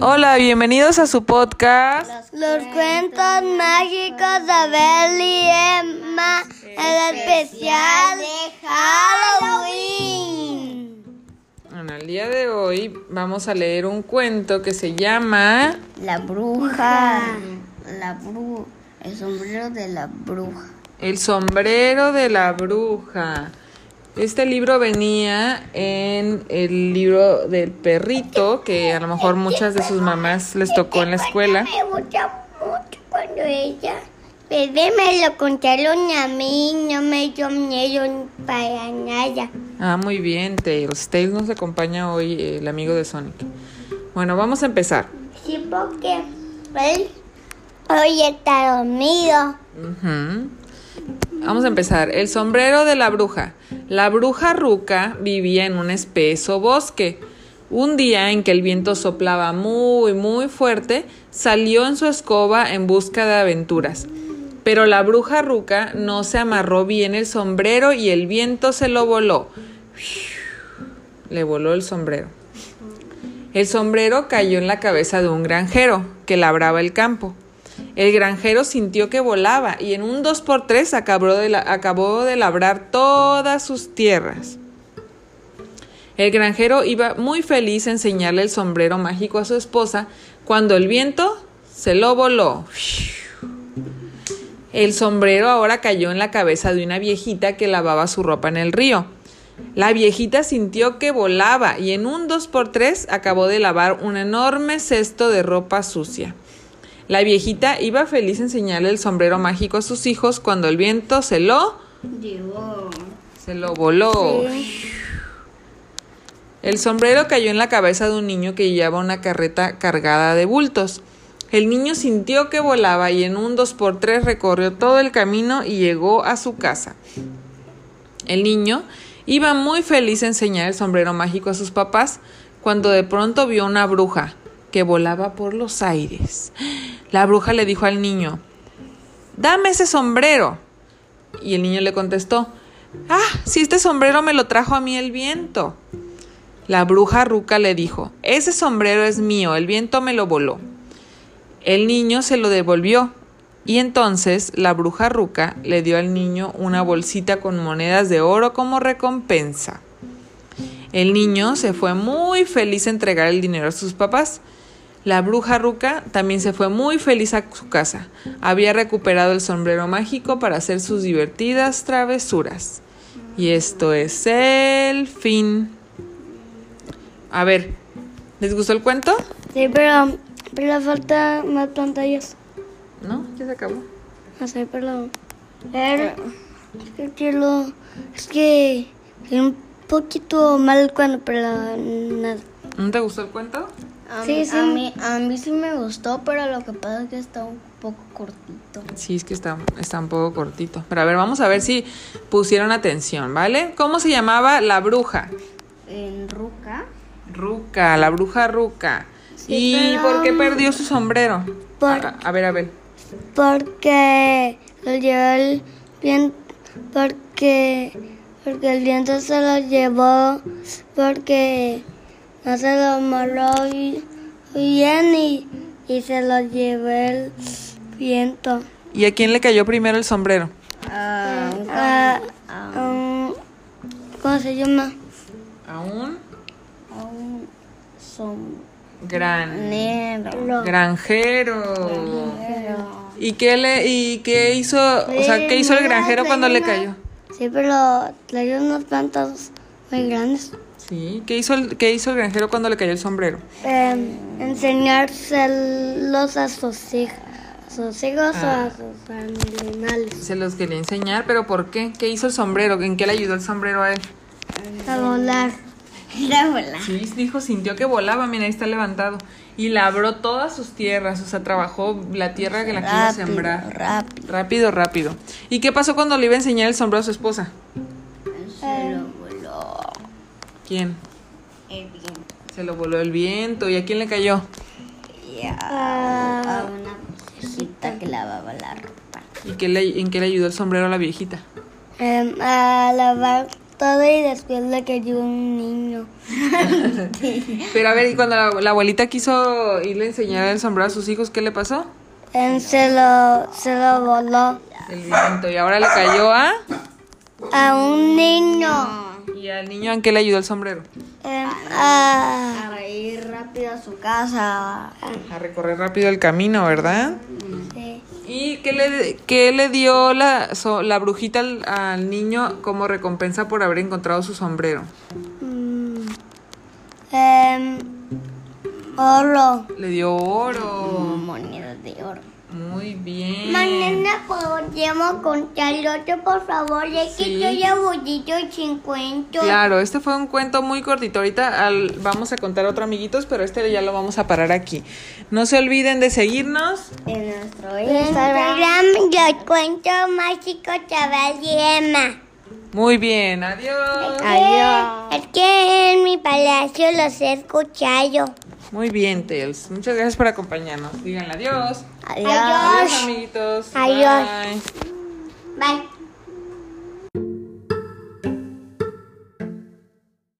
Hola, bienvenidos a su podcast. Los cuentos mágicos de Bel y Emma, el especial de Halloween. En el día de hoy vamos a leer un cuento que se llama La bruja. La bruja. El sombrero de la bruja. El sombrero de la bruja. Este libro venía en el libro del perrito, que a lo mejor muchas de sus mamás les tocó en la escuela. Me gusta mucho cuando ella. Bebé me lo contaron a mí, no me dieron para nada. Ah, muy bien, Tails. Tails nos acompaña hoy eh, el amigo de Sonic. Bueno, vamos a empezar. Sí, porque él hoy está dormido. Ujú. Vamos a empezar. El sombrero de la bruja. La bruja ruca vivía en un espeso bosque. Un día en que el viento soplaba muy, muy fuerte, salió en su escoba en busca de aventuras. Pero la bruja ruca no se amarró bien el sombrero y el viento se lo voló. Le voló el sombrero. El sombrero cayó en la cabeza de un granjero que labraba el campo. El granjero sintió que volaba y en un 2x3 acabó de, la- acabó de labrar todas sus tierras. El granjero iba muy feliz a enseñarle el sombrero mágico a su esposa cuando el viento se lo voló. El sombrero ahora cayó en la cabeza de una viejita que lavaba su ropa en el río. La viejita sintió que volaba y en un 2x3 acabó de lavar un enorme cesto de ropa sucia. La viejita iba feliz a enseñarle el sombrero mágico a sus hijos cuando el viento se lo... Se lo voló. El sombrero cayó en la cabeza de un niño que llevaba una carreta cargada de bultos. El niño sintió que volaba y en un 2x3 recorrió todo el camino y llegó a su casa. El niño iba muy feliz a enseñar el sombrero mágico a sus papás cuando de pronto vio una bruja que volaba por los aires. La bruja le dijo al niño, Dame ese sombrero. Y el niño le contestó, Ah, si este sombrero me lo trajo a mí el viento. La bruja ruca le dijo, Ese sombrero es mío, el viento me lo voló. El niño se lo devolvió y entonces la bruja ruca le dio al niño una bolsita con monedas de oro como recompensa. El niño se fue muy feliz a entregar el dinero a sus papás. La bruja ruca también se fue muy feliz a su casa. Había recuperado el sombrero mágico para hacer sus divertidas travesuras. Y esto es el fin. A ver, ¿les gustó el cuento? Sí, pero, pero falta más pantallas. No, ya se acabó. No sé, perdón. Es que lo. Es que. es un poquito mal cuando, pero nada. ¿No te gustó el cuento? A, Sí, mí, sí. A, mí, a mí sí me gustó, pero lo que pasa es que está un poco cortito. Sí, es que está, está un poco cortito. Pero a ver, vamos a ver si pusieron atención, ¿vale? ¿Cómo se llamaba la bruja? En Ruca. Ruca, la bruja Ruca. Sí, ¿Y pero- por qué perdió su sombrero? Por- A, a ver, a ver. Porque lo llevó el viento. Porque. Porque el viento se lo llevó. Porque no se lo moró y- bien y, y se lo llevó el viento. ¿Y a quién le cayó primero el sombrero? Ah, un Ah, ca- ah, um, ¿Cómo se llama? A un a un sombrero. gran granjero. ¿Y qué le y qué hizo, o sea, qué hizo el granjero cuando le cayó? Sí, pero traía unas plantas muy grandes. Sí, ¿qué hizo el, qué hizo el granjero cuando le cayó el sombrero? Eh, enseñárselos a sus hijos, a sus hijos Ah. o a sus animales. Se los quería enseñar, pero ¿por qué? ¿Qué hizo el sombrero? ¿En qué le ayudó el sombrero a él? A volar. Era bola. Sí, dijo, sintió que volaba, mira, ahí está levantado. Y labró todas sus tierras, o sea, trabajó la tierra que la quiso sembrar. rápido. Rápido, rápido. ¿Y qué pasó cuando le iba a enseñar el sombrero a su esposa? Se lo voló ¿Quién? el viento. Se lo voló el viento. ¿Y a quién le cayó? Y a, a una viejita que lavaba la ropa. ¿Y qué le, en qué le ayudó el sombrero a la viejita? Eh, Em, a lavar todo y después le cayó un niño. Pero a ver, y cuando la, la abuelita quiso irle a enseñar el sombrero a sus hijos, ¿qué le pasó? Em, se lo, se lo voló El viento. Y ahora le cayó a. a un niño. ¿Y al niño en qué le ayudó el sombrero? Em, ah, Para ir rápido a su casa. A recorrer rápido el camino, ¿verdad? sí. ¿Y qué le, qué le dio la, so- la brujita al, al niño como recompensa por haber encontrado su sombrero? Mm, em, oro. Le dio oro. Monedas de oro. Muy bien. Mañana podemos contar el otro, por favor. Es que Sí. yo ya aburrido y 50. Claro, este fue un cuento muy cortito. Ahorita al- vamos a contar otro, amiguitos, pero este ya lo vamos a parar aquí. No se olviden de seguirnos. En nuestro Instagram, yo cuento mágico chaval y Emma. Muy bien, adiós. Adiós. Es que en mi palacio los he escuchado. Muy bien, Tails. Muchas gracias por acompañarnos. Díganle adiós. Adiós. Adiós. amiguitos. Adiós. Bye. Bye.